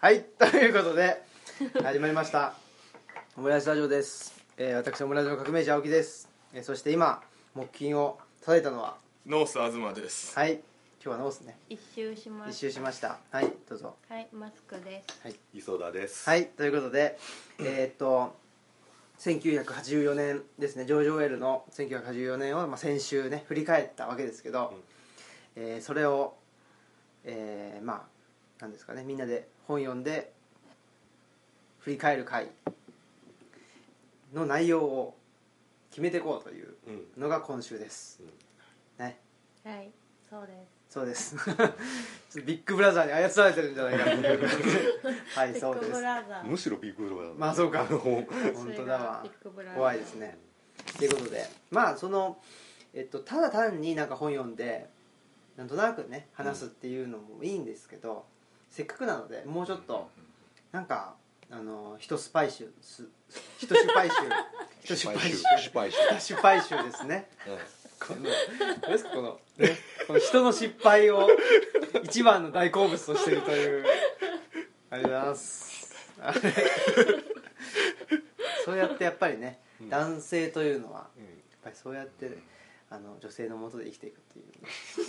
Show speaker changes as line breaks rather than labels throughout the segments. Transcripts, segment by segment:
はいということで始まりましたオムライスラジオです、えー私オムライスの革命児青木です、えーそして今木琴を叩いたのは
ノース東です
はい今日はノースね
一周しま
一
す
周しましたはいどうぞ
はいマスクです
磯田です
はいということでえーっと1984年ですねジョージ・オーエルの1984年を、まあ、先週ね振り返ったわけですけど、えーそれを、えーまあなんですかねみんなで本読んで振り返る回の内容を決めていこうという
うん
のが今週です、ね
はいそうです
そうです ちょっとビッグブラザーに操られてるんじゃないかという感じではい
ビ
そ
ッ
う
グ
で
ブ
す
ラザー
むしろビッグローだ
まあそうか
本
本当だわ
ビッグブラザー
怖いですねということでまあその、えっと、ただ単になんか本読んでなんとなくね話すっていうのもいいんですけど、せっかくなのでもうちょっとなんかあの一スパイ集す一スパイ集一スパイ集
失敗し
一失敗集ですね
う
この何ですかこの,、ね、この人の失敗を一番の大好物としてるというありがとうございますあれそうやってやっぱりね、
うん
男性というのは
ん
やっぱりそうやって、あの女性のもとで生きていくっていう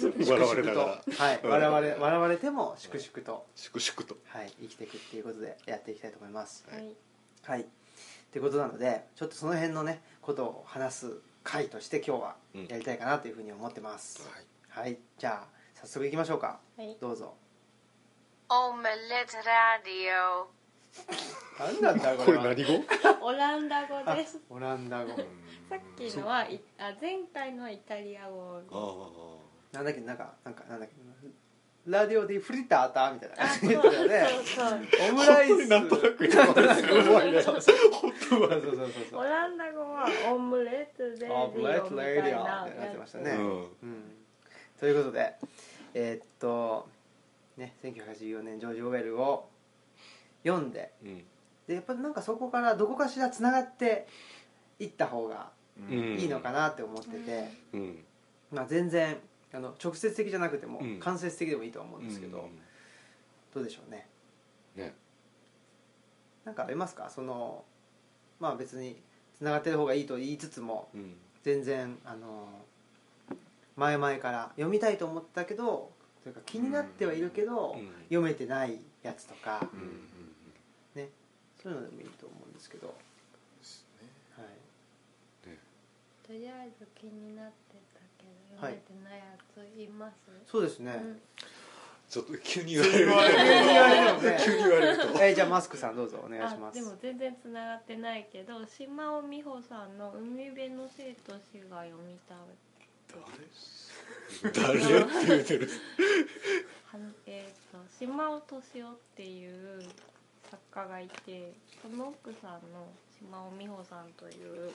うん笑われながら
粛々とはい笑われ笑われても粛々と、
粛々と
はい、生きていくっていうことでやっていきたいと思います
はい
はいってことなのでちょっとその辺のねことを話す回として今日は
うん
やりたいかなというふうに思ってます、
はい
はいじゃあ早速いきましょうか
はい
どうぞ
Omelet Radio.
何なんだ
これ何語
オランダ語です
オランダ語
さっきのはイあ前回のイタリア語
ああ
なんだっけなんかなんかなんだっけラディオでフリターターみたいな
あ
感
そ
じ
う
で
そ
言
う
ってたよね
そう
オムラ
本
イ
当
ス
になんとなく言われてるうまいね本当
そうそうそうそ
オ
う
ランダ語はオムレツレディ
オ
オ
ムレツ
み
レ
た
デ
い
ィオ
な
ってなってましたね
うん
うんということでえーっとね1984年ジョージ・オーウェルを読んで
うん
でやっぱりなんかそこからどこかしらつながっていった方が
うん
いいのかなって思ってて、
うん
まあ、全然あの直接的じゃなくても
うん
間接的でもいいとは思うんですけど、どうでしょうね
ね
なんかありますかそのまあ別につながってる方がいいと言いつつも
うん
全然あの前々から読みたいと思ったけどというか気になってはいるけど、
うん
読めてないやつとか、
うん
そういうのでもいいと思うんですけど、はい、
とりあえず気になってたけど読めてないやついます
そうですね、
うん
ちょっと急に言われる
言われてもね
急に言われると
えーじゃあマスクさんどうぞお願いし
あ
ます
でも全然つながってないけど島尾美穂さんの「海辺の生と死」が読みたい
誰って言うてる
はえー、と島尾敏夫っていう作家がいてその奥さんの島尾美穂さんという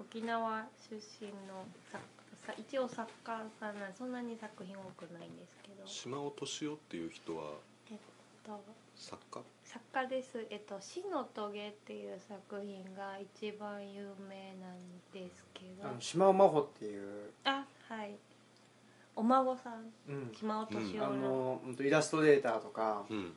沖縄出身の作家さ一応作家さんなんでそんなに作品多くないんですけど、
島尾敏夫っていう人は
えっと、
作家
作家です「えっと、死の棘」っていう作品が一番有名なんですけど
あの島尾真帆っていう、
あはいお孫さん
うん
島尾敏
あ
夫の、
のうんとイラストレーターとか
うん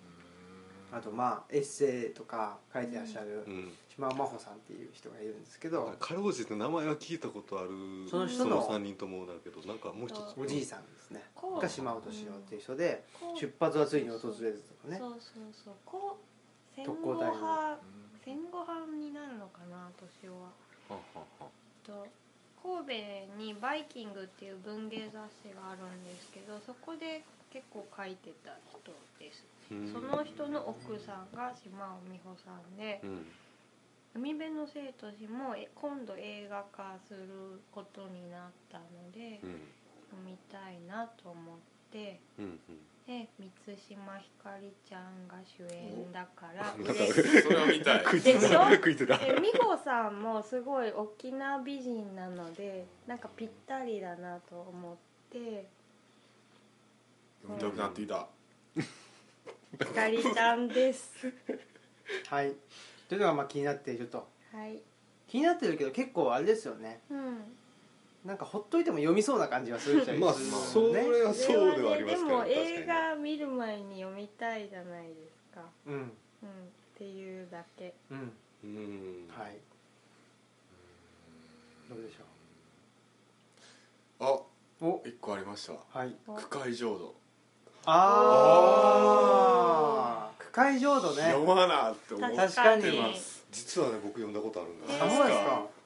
あとまあエッセイとか書いてらっしゃる
うん
島尾真帆さんっていう人がいるんですけど、
かろうじて名前は聞いたことある
その人
そ
の
の3人ともだけどなんかもう一つ
おじいさんですね
こう
が島尾敏夫っていう人で
こ
「
う
出発はついに訪れる」とかね
そうそうそうこう戦
特
後
攻隊の
派戦後派になるのかな敏夫は。
ははは
と神戸に「バイキング」っていう文芸雑誌があるんですけどそこで結構書いてた人です
うん
その人の奥さんが島尾美穂さんで
うん
海辺の生と死もえ今度映画化することになったので
うん
読みたいなと思って
うん
で満島ひかりちゃんが主演だ から
うん
嬉しい
それを見たい
食いつ い
でしょ
た食いついた
で美穂さんもすごい沖縄美人なのでなんかぴったりだなと思って
読みたくなっていた
ひかりちゃん です
はいというのがまあ気になっていると
はい
気になってるけど結構あれですよね
うん
なんかほっといても読みそうな感じはするじゃない
まあ
ですか
それはそうではありま
です
け
も
ど
映
確か
画見る前に読みたいじゃないですか、
うん
うん、っていうだけ
うん
うん
はいどうでし
あ
ょうお
一個ありました
はい
お
区会浄土
あー区会浄土ね
読まなって思
確
って
に
ます
かに
思ってま
実はね僕読んだことあるんだ
え
あ
ー
そうで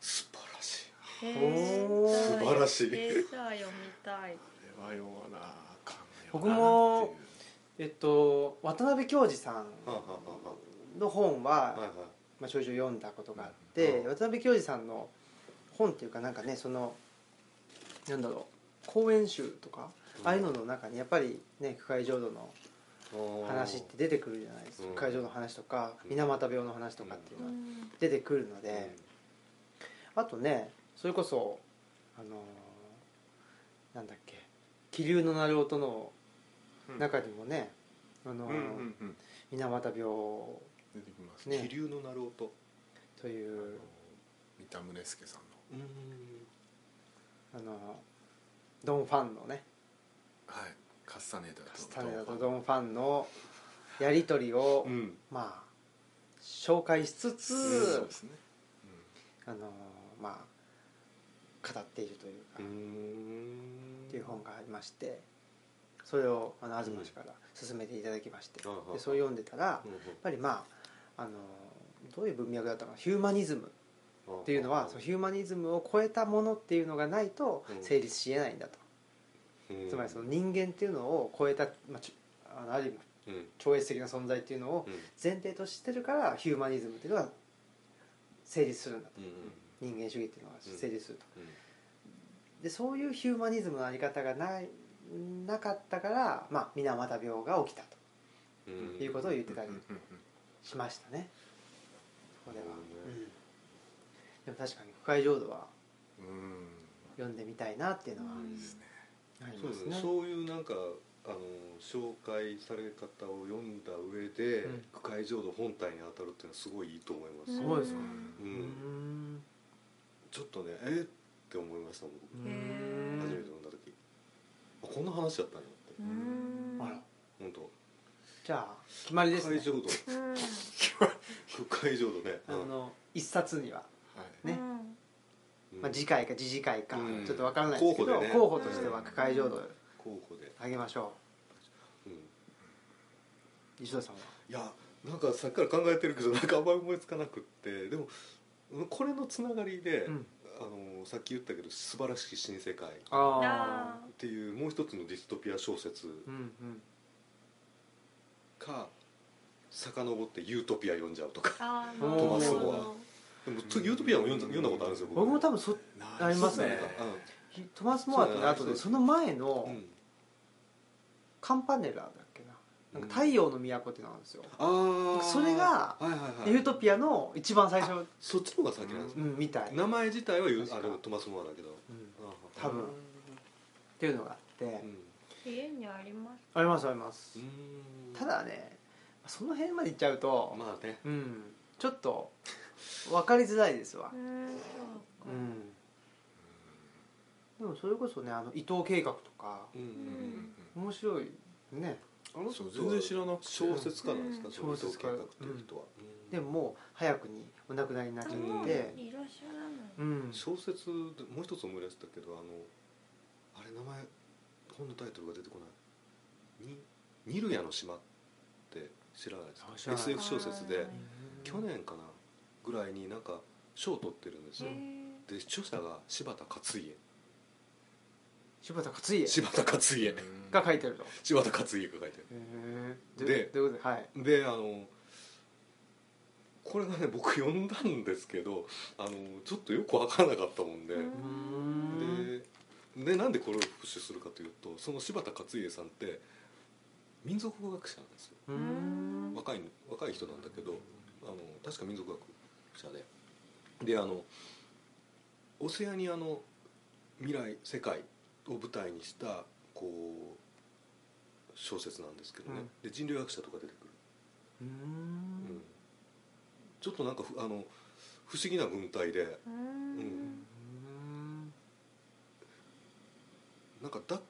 すか
素晴らしい
え
おー
ー、
素晴らしい
えー、じゃあ読みたい
これは読まなあかんよな
僕もえっと渡辺教授さん
はあはあは
の本は、
あはあはいはい
まあ、少々読んだことがあって、
うん
渡辺教授さんの本っていうかなんかねそのなんだろう講演集とか、
うん
ああいうのの中にやっぱりね区会浄土の
おー
話って出てくるじゃないですか、
うん
区会浄土の話とか
うん
水俣病の話とかっていう
う
のは
ん
出てくるので、あとねそれこそあのーなんだっけ「気流の鳴る音」の中にもね、あの
う
ー
んうんうんうん
水俣病
出てきます
うん
ね
気流の鳴る音
という
三田宗介さんの
う
あ
ん
のドンファンのね
はいカスタネータと
カスタネダとドンファンのやり取り
う
を、
ん
まあ紹介しつつ、
そうですね
あのまあ語っているというか、
う
っ
ん
ていう本がありましてそれをあの東氏から勧めていただきまして、
あはは
でそれを読んでたら、や
う
っ
んうん
ぱりまああのどういう文脈だったのかヒューマニズムっていうのはそのヒューマニズムを超えたものっていうのがないと
うん
成立しえないんだと、つまりその人間っていうのを超えた、まあ、ちょあのある意味
うんうん
超越的な存在っていうのを
うん
前提としてるからヒューマニズムっていうのは成立するんだと
うんうん
人間主義っていうのは成立すると、
うん
でそういうヒューマニズムのあり方がないなかったから、まあ、水俣病が起きたと
うん
いうことを言ってたり
うんうん
しましたね、そこでは、
う
うんんでも確かに「不快浄土」は
うんうん
読んでみたいなっていうのは
うん
ですね
ありま
そうです
す
ね
ね、
そういうなんかあの紹介され方を読んだ上で、
うん
区会浄土本体に当たるっていうのはすごいいいと思います、
すごいですか
うん
うん
うーん
ちょっとねえっって思いましたもん僕
う
うん
初
ー
めて
ん
読んだ時あこんな話だったんだって
うーん
あら
本当
じゃあ決まりですね
区会 浄土
う
区
ん
会浄土ね
あの一冊には、
はい
ね
うん
うん
まあ、次回か次次回か、
うん
ちょっとわからないですけど候
候補
補,、
でね
としては区会浄土を
候補で、
あげましょ
うん、いう
石田さんは
やなんかさっきから考えてるけどなんかあんまり思いつかなくってでもうんこれのつながりで、
うん
あのさっき言ったけど「素晴らしき新世界」
あ
あ
っていうもう一つのディストピア小説
うんうん
か遡ってユートピア読んじゃうとか
ーあー
おー
な
ト
るほど
マス
号はでもつユートピアも読んだ読んだことあるんですよ
僕も多分そ
な
ありますね
なんか
トマス・モアって後でその前
う
の
んうん
カンパネラだっけな「なんか太陽の都」っていうのがあるんですよ、
あー
それが
はいはいはい
ユートピアの一番最初、
そっちの方が先なんです
う
ね
ん、みたい、
名前自体はユーあ
確か
れはトマス・モアだけど
うん
あー
多分っていうのがあって、
うん
家にあります
ありますあります、
うん
ただねその辺までいっちゃうと、
まあね
うんちょっと分かりづらいですわ
う、ーん
う
そうか
ん、でもそれこそねあの伊藤計画とか
うん
うん
ん
面白いね
あの
そ
人
う
は
全然知らなくて
小説家なんですか
ん
その伊藤
小説家
計画という人はうん
でももう早くにお亡くなりになっちゃ
あ
っ
もう
て
いらっしゃらない
うん
小説でもう一つ思い出したけどあのあれ名前本のタイトルが出てこない「にニルヤの島」って知らないですか
あ知らない
SF 小説で
はい
去年かなぐらいになんか賞を取ってるんです
へ
よ
ー
で著者が柴田勝家
柴田勝家
柴田勝家
が書いてると
柴田勝家が書い
へ
て
え
で
ということではい
るであのこれがね僕読んだんですけどあのちょっとよく分からなかったもんで、
うん
うん
ででなんでこれをプッシュするかというとその柴田勝家さんって民族学者なんですよ
うん
若い若い人なんだけどあの確か民族学者でであのオセアニアの未来世界を舞台にしたこう小説なんですけどね、で人類学者とか出てくる、
う
うんんちょっとなんかふあの不思議な文体で
う
うん
ん
うん
なんかだ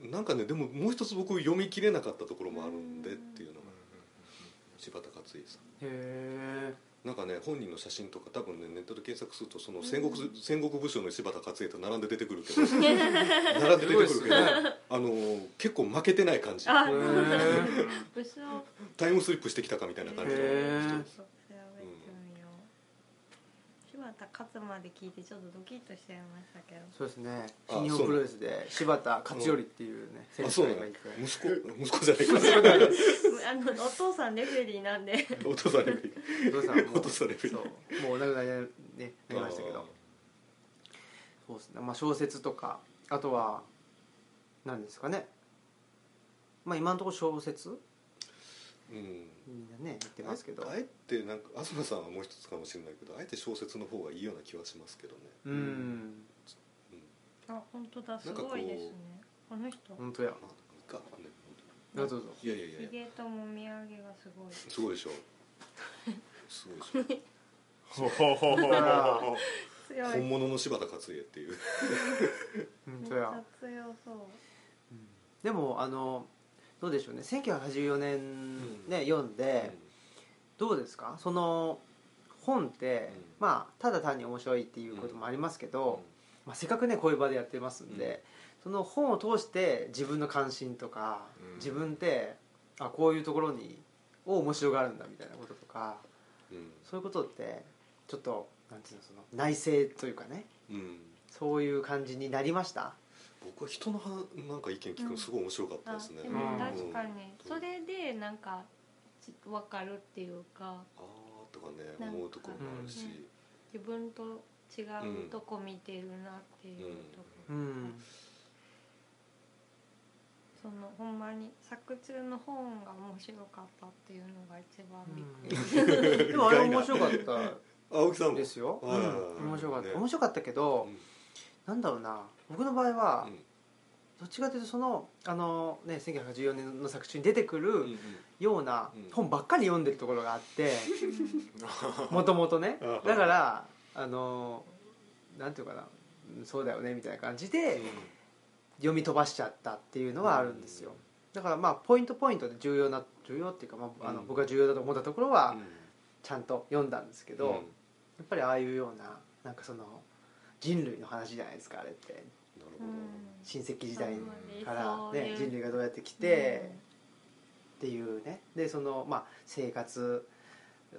なんかねでももう一つ僕読み切れなかったところもあるんでっていうのが柴田勝家さん
え
なんかね本人の写真とか多分ねネットで検索するとその戦国,、戦国武将の柴田勝家と並んで出てくるけ ど並んで出てくる
すご
け
い
ど、
です
あのー結構負けてない感じ
あ
うん
武将
タイムスリップしてきたかみたいな感じの人です
ちょっと調べてみよう柴田勝まで聞いてちょっとドキッとしちゃいまし たけど
そうですね
あ
金曜
そう
プロレスで柴田勝頼っていうね選
あ
手
そう
が今
なの
いて
息子息子じゃないか
あのお父さんレフェリーなんで
お父さんレベル
お父さんも
お父さんレベル
そうもうお亡くなりにねなりましたけどそうですねまあ小説とかあとは何ですかねまあ今のところ小説
うん
みんなね言ってますけど
あえてなんか東さんはもう一つかもしれないけどあえて小説の方がいいような気はしますけどね
うん
あ本当だす
なんかこう
ごいですねこの人
本当や
まあいいかね
あどうぞ
いやいやいや
ひ
いや
げともみあげがすごい
すごいでしょすごいでし
ほほほほほ
ょ
強い
本物の柴田勝家っていう
本
め
当
っちゃ
や
強そう
でもあのどうでしょうね1984年ね、読んで、どうですかその本って、
うん
まあただ単に面白いっていうこともありますけど、まあ、せっかくねこういう場でやってますんで、その本を通して自分の関心とか、
うん
自分ってあこういうところにを面白がるんだみたいなこととか
うん
そういうことってちょっとなんていうのその内政というかね
うんうん
そういう感じになりました
僕は人のはなんか意見聞くのすごい面白かった
あ
ですね
で
う
も
ん
確かに
うん
それでなんかち分かるっていうか
あーとかね思うところもあるし
自分と違うとこ見てるなっていうとこ、
うん
そのほんまに作中の本が面白かったっていうのが一番びっくり、
でもあれ面白かった
青木さんも
ですよ、
はい
うん、面白かった、
ね
面白かったけど、
うん
なんだろうな僕の場合は、
うん
どっちかというとそのあの、ね、1984年の作中に出てく
うんう
る
ん
ような
うん
本ばっかり読んでるところがあってもともとね
あ
だからあのなんていうかなうんそうだよねみたいな感じで読み飛ばしちゃったっていうのはあるんですよだからまあポイントポイントで重要な重要っていうか、まあ、あの
うん
僕が重要だと思ったところはちゃんと読んだんですけど、
うん
やっぱりああいうようななんかその人類の話じゃないですかあれって
なる
う
ほど
ん、
親戚時代に
そう
から、
です
ね、
そう
人
いう
類がどうやって来てっていうねでその、まあ、生活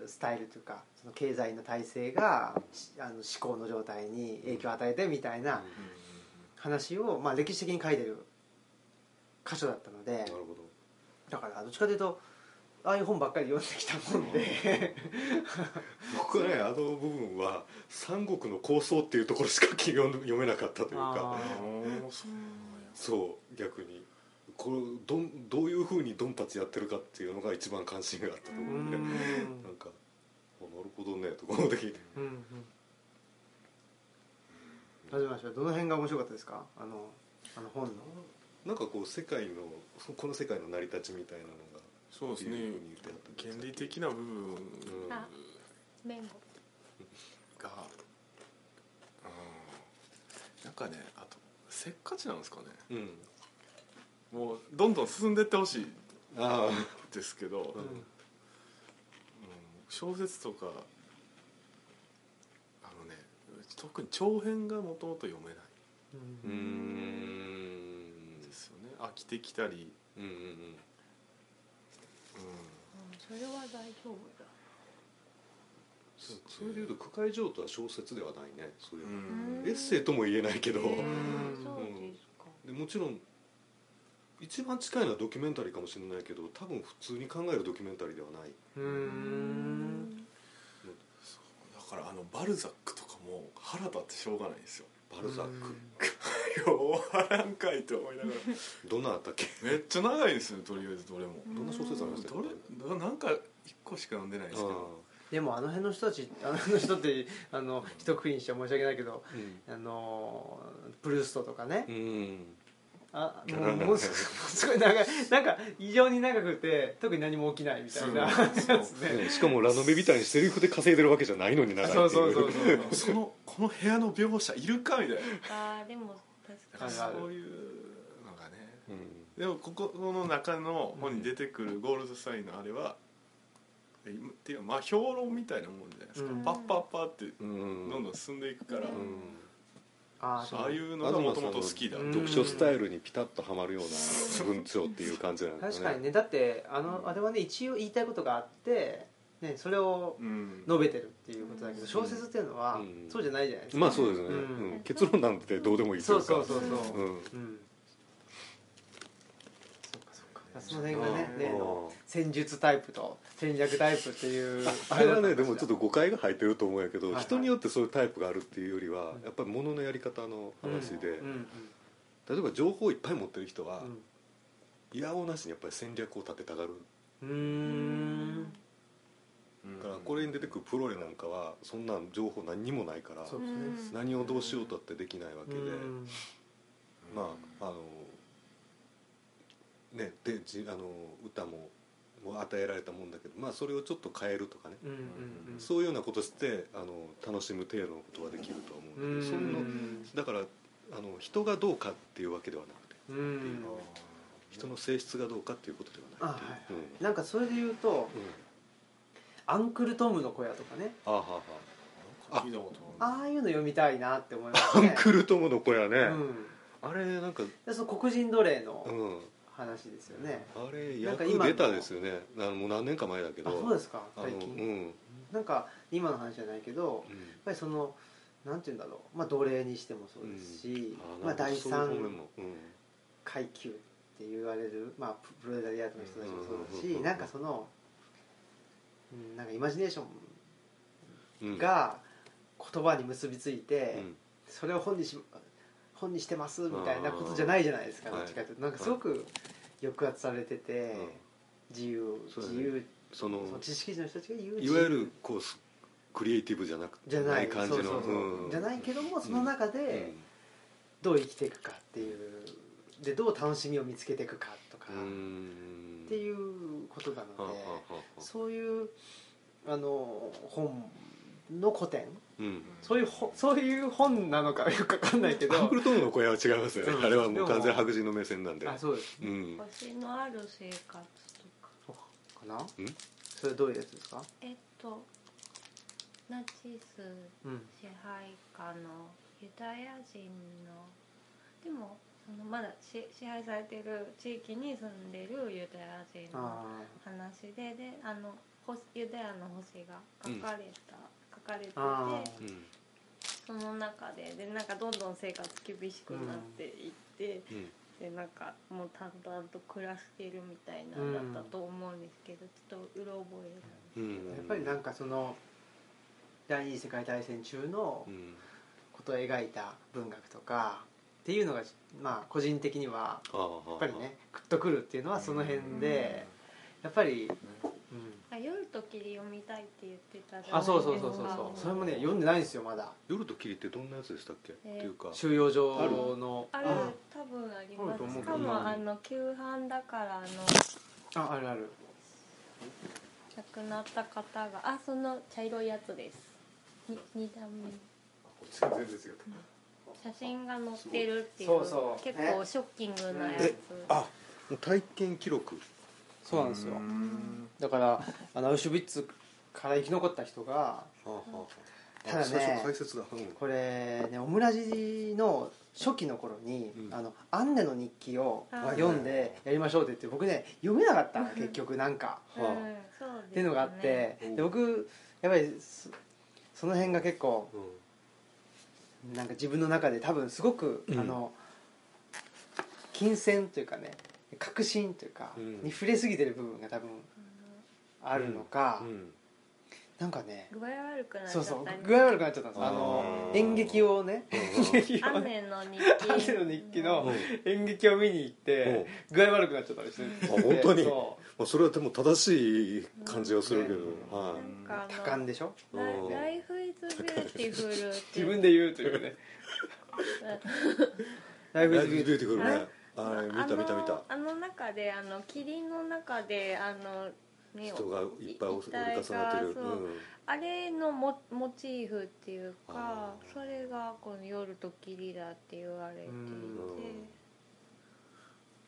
スタイルというかその経済の体制がしあの思考の状態に影響を与えてみたいな
うん
話を、まあ、歴史的に書いてる箇所だったので
なるほど
だからどっちかというとああいう本ばっかり読んできたもんで
僕はねあの部分は三国の構想っていうところしか読ん読 めなかったという
あ
か
あーそううん
そう逆にこれどんどういうふうにドンパチやってるかっていうのが一番関心があったと
うー
思うん
ん
でなんかあなるほどねとか思って聞いて
うんうんはじめましてどの辺が面白かったですかあのあの本の
なんかこう世界のそこの世界の成り立ちみたいなのが
そうですね原理的な部分
うん
あ弁護
がうんなんかねあとせっかちなんですかね
うん
もうどんどん進んでってほしい
あ
ですけど、
う
うんん小説とかあのね特に長編がもともと読めない
ーうー
うん
ん
んですよね飽きてきたり、
うんうんうん
う
うんそれは大丈夫だ
そうそれでいうと区会譲渡は小説ではないねそれは
ん
うん
エッセイとも言えないけど、
へーそうですか、
でもちろん一番近いのはドキュメンタリーかもしれないけど多分普通に考えるドキュメンタリーではない、
うーん
そうだからあのバルザックとかも腹立ってしょうがないんですよ
バルザック、
よう終わらんかいと思いなが
どんなあったっけ
らめっちゃ長いんですよとりあえずどれも
どんな小説ありましたっ
どれどなんか一個しか読んでないんですけど
け
でもあの辺の人たちあの辺の人ってあの一括りにしては申し訳ないけどあのプルーストとかね
うん、うん、
あ
うん
もうものすごいものすごい長いなんか異常に長くて特に何も起きないみたいなやつ
そう
ね
ねしかもラノベみたいにセリフで稼いでるわけじゃないのに長いって
そう
い
そうそうそう
そのこの部屋の描写いるかみたいな
あーでも確か
なん
に
かそういうのがね
うん
でもここの中の本に出てくるゴールドサインのあれはえっていうかまあ兵糧みたいなもんじゃないですか、
うん
パッパッパって
うん
どんどん進んでいくから、
うん
あーそう
ああいうのがもともと好きだ
うん
読書スタイルにピタッとはまるような文章っていう感じなんで
確
すね
かにねだってあ
う
の
ん
あれはね一応言いたいことがあって、ね、それを
うん
述べてるっていうことだけど小説っていうのは
うん
そうじゃないじゃないですか、
まあそうですね、
うん
うん結論なんてどうでもいいとい
そうう
か
そうそうそう
う、ん
うんそっかそっかその辺がね
うん
例の戦術タイプと戦略タイプっていう
あれはね
だ
で
た
も
か
ちょ
しら
っと誤解が入ってると思うんやけど、
はいはい
人によってそういうタイプがあるっていうよりは
うん
やっぱり物のやり方の話で、
うんうん
例えば情報をいっぱい持ってる人は、
うん
いやおなしにやっぱり戦略を立てたがる
うーん
うん
だからこれに出てくるプロレなんかはそんなん情報何にもないから
そう
う
ですね
ん
何をどうしようとってできないわけで、
うん
まああのねでじあの歌ももう与えられたもんだけど、まあ、それをちょっと変えるとかね、
うんうんうん
そういうようなことしてあの楽しむ程度のことができるとは思うんだけど、
うん
そのだからあの人がどうかっていうわけではなくて
う
っていうんのは人の性質がどうかっていうことではないって
あはい
いう。うん
なんかそれで言うと
うん
アンクルトムの小屋とかね
あはは
なんか聞いたことあ
ああいうの読みたいなって思います
ア
ね
ンクルトムの子やね、
うん
あれなんか
でその黒人奴隷
う
の
ん
話ですよね
あれ
なんか
役
今の
出たですよねあのもう何年か前だけ
あ
ど
そうですか
あの
最
う
近
ん、
なんか今の話じゃないけどやっ
うん
ぱりそのなんて言うんだろうまあ奴隷にしてもそうですしまあ
なんか
第
そういう方面
三
もうん
階級って言われるまあプロレタリアートの人たちもそうだ
うんうんうんう
し
ん
なんかそのうんなんかイマジネーション
うん、
が言葉に結びついうて
ん
それを本にし本にしてますみたいなことじゃないじゃないですか
あー
どっちかというとなんかすごく抑圧されてて
うん
自由
そうだ
自
ね
由
その
その知識人の人たちが言う
いわゆるこうすクリエイティブじゃなく
じゃない
感じの
そうそうそう
うん
じゃないけどもその中
う
で
ん
どう生きていくかっていうでどう楽しみを見つけていくかとか
うん
っていうことな
は
の
は
で
はは
そういうあの本の古典
うん
そういうほそういう本なのかよくわかんないけ
アン
ど
クルトムの声は違いますよね、
うん
あれはもう完全に白人の目線なんで
あそうです
うん
星のある生活とか
かなそれどういうやつですか
えっとナチス
うん
支配下のユダヤ人のでもそのまだし支配されてる地域に住んでるユダヤ人の
あ
話でであの星ユダヤの星が書かれた、書かれて
ーあ
て
うん
その中ででなんかどんどん生活厳しくなっていって、
うん
でなんかもう淡々と暮らしてるみたいなのだったと思うんですけど、ちょっとうろ覚えなんですけ
ー
ど。
やっぱりなんかその第二次世界大戦中の
うん
ことを描いた文学とかっていうのがまあ個人的には
あーはー
や
は
っ
ー
ぱりねグッとくるっていうのはその辺でやっぱり、うん、
あ夜と霧読みたいって言ってたじゃない
あそうそうそうそう
です
そ
か
うそれもね読んでないんですよまだ
夜と霧ってどんなやつでしたっけ、
えー
っていうか
収容所の
ある
あ
多分あり
あ
ま
ると思
す
う
し
けど
かもあの旧版だからあの
ああるある
亡くなった方があその茶色いやつですに二段目
全然ですよ
写真が載ってるっていう
そうそう
結構ショッキングなやつ
え
あもう体験記録
そうなんですよ
ん
だからあのアウシュビッツから生き残った人が
はあはあはあ
ただね
最初の解説だ、うん
これねオムラジの初期の頃に、
うん
あのアンネの日記を
あー
読んでやりましょうって言って僕ね読めなかった の結局なんか。
うん
はあ
そうですね
っていうのがあってで僕やっぱりそその辺が結構
うん
なんか自分の中で多分すごく、
うん
あの金銭というかね確信というか、
うん
に触れすぎてる部分が多分あるのか、
うん
なんかね
具合悪くなっち
そ
ゃっ
うそう
たり
具合悪くなっちゃったんですあの
あー
演劇をね
アンネの日記
アンネの日記の
うん
演劇を見に行って具合悪くなっちゃったりして
あ本当に
そ
まあ、それはでも正しい感じはするけど、
う
は
なんか
う多
あ
感
の
でしょ
「ラライフ・イズ・ビューティフル」って
自分で言うというね ライ
い
ブ
ラ
ズ
イブ
ビュ
ビュ
ーティ
ーティフルねあれ見
あ
た
の
見た見た
あの中であの霧の中であのね
人がいっぱい折
遺
り重
体が
なってる
そううんあれのモモチーフっていうか
あー
それがこの夜と霧だって言われていて
うん
フ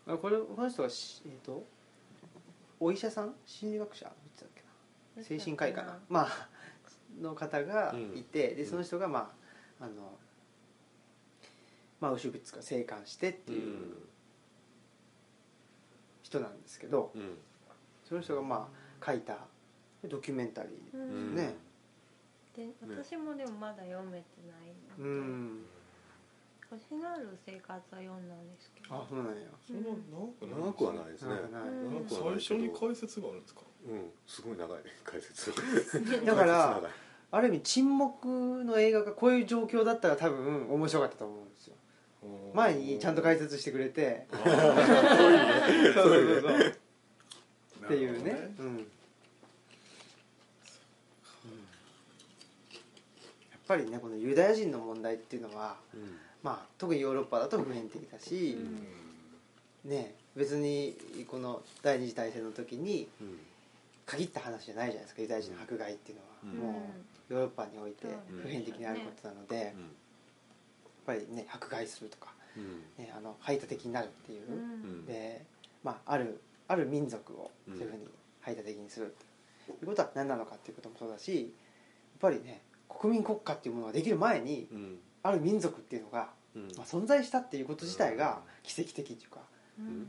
ルあこれこの人はしえっ、とお医者さん心理学者どっちだっけな精神科医かな、まあ、の方がいて、で
うん
その人が、まああのまあ、ウシュビッツが生還してっていう人なんですけど、
うん
その人が、まあ、書いたドキュメンタリ
う
うんん
ね
で私もでもまだ読めてない
ーう
ので
ん
星のある生活は読んだんですけ
あ
ど
そうなんや
そんな長
長
く
く
は
は
な
ないいで
で
すすね
ね、
な
うん
長くはな
最
い
初
け
に
ど
解説があるんですか
うんすごい長いね解説
だから
解説長い
ある意味沈黙の映画がこういう状況だったら多分面白かったと思うんですよ前にちゃんと解説してくれて そうそうそうそうっていう
な
ね
るほど
うん、うんやっぱりねこのユダヤ人の問題っていうのは、
うん
まあ、特にヨーロッパだと普遍的だし、
うん
ね、別にこの第二次大戦の時に
うん
限った話じゃないじゃないですかユダヤ人の迫害っていう
うん
のは、もうヨーロッパにおいて
うん
普遍的にあることなので、やっぱりね迫害するとか、
うん
ね、あの排他的になるっていうう。
ん
うん
で、まあ、あるある民族をそういうふうに排他的にするということは何なのかっていうこともそうだしやっぱりね国民国家っていうものができる前に
うん
ある民族っていうのが、
うん
まあ、存在したっていうこと自体が奇跡的っていうか、
うん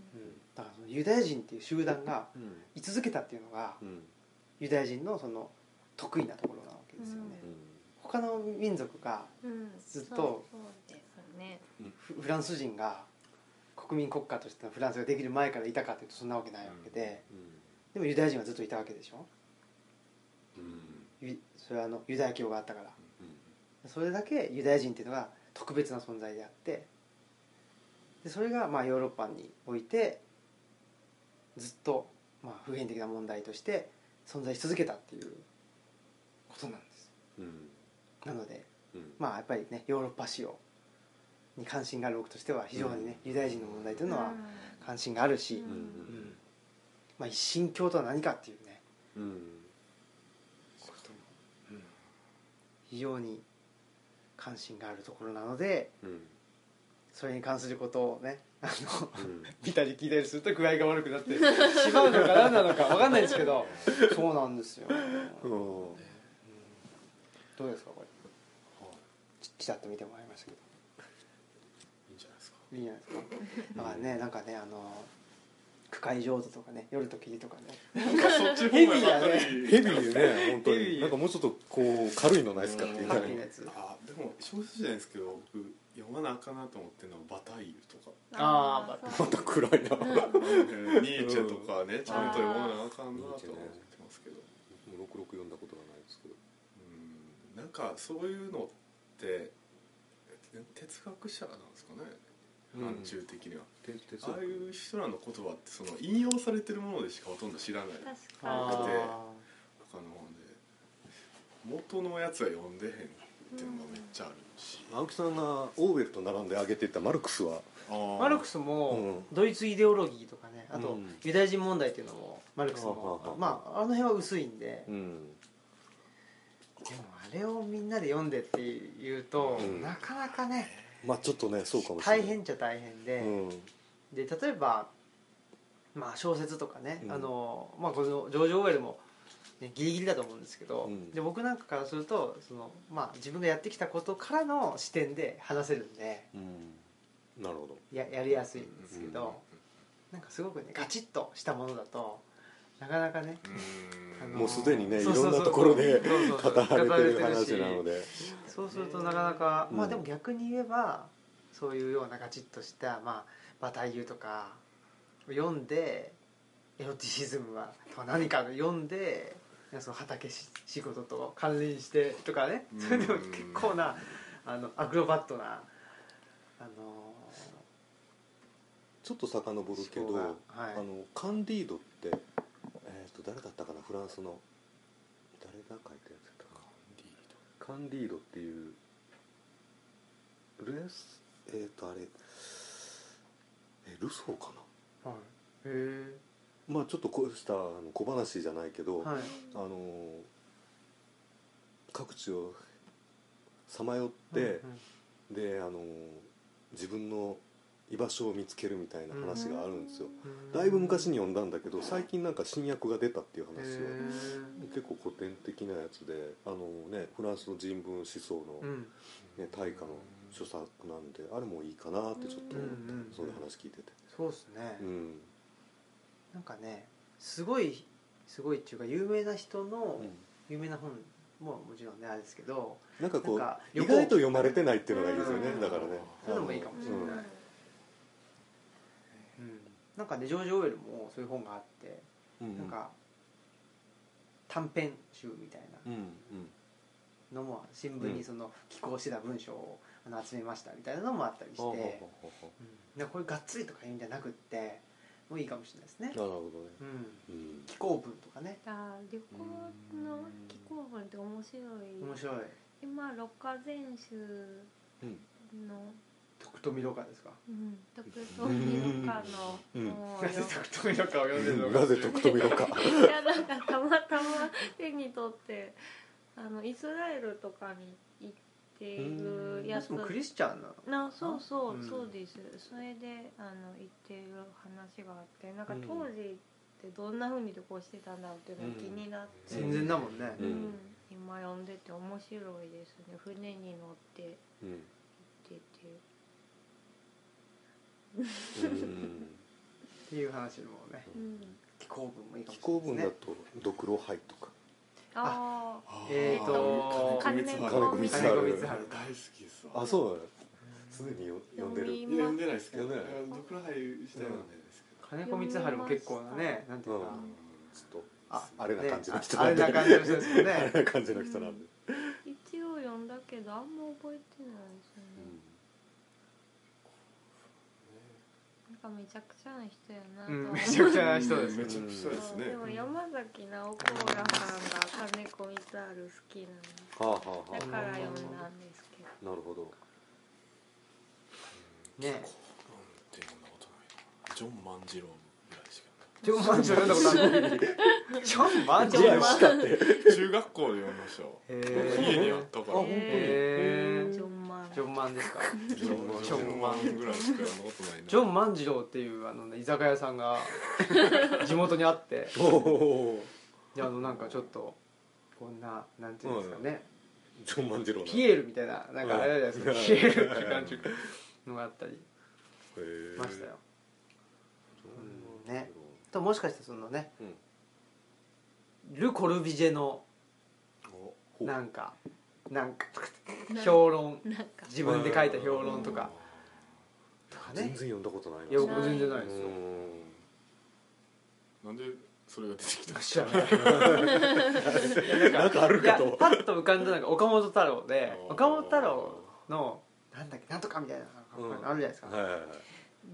だからそのユダヤ人っていう集団が
うん
居続けたっていうのが
うん
ユダヤ人のその得意なところなわけですよね。他の民族が
うん
ずっと
そうそうですね
フフランス人が国民国家としてのフランスができる前からいたかっていうとそんなわけないわけで、
うん
でもユダヤ人はずっといたわけでしょ。
うん
ゆそれはあのユダヤ教があったから
うん
それだけユダヤ人っていうのが特別な存在であってでそれがまあヨーロッパにおいてずっとまあ普遍的な問題として存在し続けたっていうことなんです
うん
なので
うん
まあやっぱりねヨーロッパ仕様に関心がある僕としては非常にね、ユダヤ人の問題というのは関心があるし、
うん
うんまあ、一神教とは何かっていうね
うん
非常に関心があるところなので
うん
それに関することをねあの
うん
見たり聞いたりすると具合が悪くなってしまうのか何なのか分かんないですけどそうなんですよ
うん
どうですかこれ
はい
ちちらっと見てもらいましたけ
いいんじゃないですか
どいいんじゃないですかだからねなんかねあの区会譲渡とかね夜と霧とかね
そっち
ヘビーだね
ヘビーでね本当
ヘビ
に
ー
なんかもうちょっとこう軽いのないですかっていう
ハ
か
ッピーな
ね
やつ
あでも小説じゃないですけど僕読まなあかんなと思ってるのは「バタイユ」とか
あー
ー
また暗いな
うん
ニーチェとかねちゃんと読まなあかんなと思ってますけど
六六読んだことがないですけど
うんなんかそういうのって哲学者なんですかね
うん
範疇的には、
ててつ
ああいう人らの言葉ってその引用されてるものでしかほとんど知らない
確
ー
かに
あ
他の本で元のやつは読んでへんっていうのがめっちゃあるし、
青木さんがオーウェルと並んで挙げてたマルクスは
ー
あ
マルク
ス
スもドイツイデオロギーとかねあ
う
と
ん
ユダヤ人問題っていうのもマルクス
はあは
も
あ
まああの辺は薄いんで
うん
でもあれをみんなで読んでっていうと、
うん
なかなかね
まあちょっとねそうかもしれない
大変っちゃ大変で、
うん
で例えば、まあ、小説とかね、
うん
あのまあ、このジョージ・オーウェルも、ね、ギリギリだと思うんですけど、
うん
で僕なんかからするとその、まあ、自分がやってきたことからの視点で話せるんで
うんなるほど
ややりやすいんですけど、なんかすごくねガチッとしたものだとなかなかねあの
もうすでにね
そうそうそう
いろんなところ
そ
で
うそうそ
語
う
られてる
語られ
話
し
なので
そうするとなかなか、
うん
まあでも逆に言えばそういうようなガチッとした、まあ、バタイユとか読んでエロティシズムはとは何か読んでその畑し仕事と関連してとかね
うん
それでも結構なあのアクロバットなあの
ちょっと遡るけ
思
ど、
考がはい
あのカンディードって、えー、と誰だったかなフランスの誰が書いたやつだったかなカンディードっていうルネスえっ、とあれえルソーか
はい、へ
なまあちょっとこうしたあの小話じゃないけど、
えはい
あのー各地をさまよって、
うん
であの自分の居場所を見つけるみたいな話があるんですよ、
うん
だいぶ昔に読んだんだけど最近なんか新訳が出たっていう
へ
話を
ー
結構古典的なやつであの、ね、フランスの人文思想の
う、ん
ね、大化の著作なんであれもいいかなってちょっと思った、
うん
そういう話聞いてて、
そうですね、
うん
なんかねすごいすごいっていうか有名な人の有名な本ももちろんねあれですけど
なんかこう
なんか
意外と読まれてないっていうのがいいですよね、
うん
だからね
そういうのもいいかもしれない
うん
うんなんかねジョージ・オエルもそういう本があって、
うん
なんか短編集みたいな
うんうん
のも新聞
う
に
ん
その寄稿してた文章をあの集めましたみたいなのもあったりして、
ほうほう
うん
ほうほ
だからこれがっつりとかいうんじゃなくってもういいかもしれないですね
う、なるほどね
うん、
うん
寄稿文とかね
あー旅行の気候文って面白
面
い
白い
今六花全集
うん
の、
徳富ろ過ですか
うん、特等評価
う
の
ん
もう
な
よ
ぜ 徳富ろ過を読んでるのか
なぜ徳富ろか
いやなんかたまたま手に取ってあのイスラエルとかに行っているやつ
もクリスチャンなの
なそうそう、
うん
そうですそれであの行ってる話があってなんか
うん
当時ってどんなふうに旅行してたんだろうっていうのが気になって、
全然だもんね、
うん
うん今読んでて面白いですね船に乗って行
うん
ってて
うん
っていう話もね寄稿文もいいかも
気
しれな
候
いです
文
ね
だとドクロハイとか
ああ
えーと
金子
金
光
子
光
晴
金子光
晴
大
晴
好きですわ
あそうなのすでによ読んで
読
る
み
いや読ん
ま
でないですけど
読んでない
あのドクロハイしたよねですけど
金子光晴も結構なねなんていうか、
うんちょっと
あ
あれな感じの人
ああれ
なんで
な感じの人ですよ
あ
ね
れな感じの人なんで
一応読んだけどあんま覚えてないですね、なんかめちゃくちゃな人やなと
うん
は思う
めちゃくちゃな人です
め
ね
ちゃくちゃですね
でも山崎直子らさんが金子光晴好き
はあはあ
なのだ
は
から読んだんですけど
あなるほど
ね
って読んだことないジョン万次郎ぐらいしか
ジョン・マンジョ読んだことあるジョン・マンジョ
字
へ
はしかって
ない中学校で読みましたよ
ー
家にあったから
あ本当に
へー
ジョン・マン
ジョン・マンですか
ジョン万
ジョン万
ぐらいしか読んだことないな
ジョン万次郎っていうあの、ね、居酒屋さんが地元にあって
おお
であのなんかちょっとこんななんていうんですかね、
ジョン万次郎な
ピエールみたいななんかあれじゃないですか、
うん
ピエールって感じのがあったり
へえ
ましたよ、
ジョ
うん
ン万
ね
次郎
ともしかしてそのね
うん
ル・コルビジェの
おほう
なんかなんか
なん
評論
なんか
自分で書いた評論とかとか
全然
ね
読んだことないない
や僕全然ないですよ
なんでそれが出てきたの
知らない
なんかある
い
か
や
と
パッと浮かんだのが岡本太郎で
あー
岡本太郎のなんだっけなんとかみたいな
うん
あるじゃないですか、
はいはいはい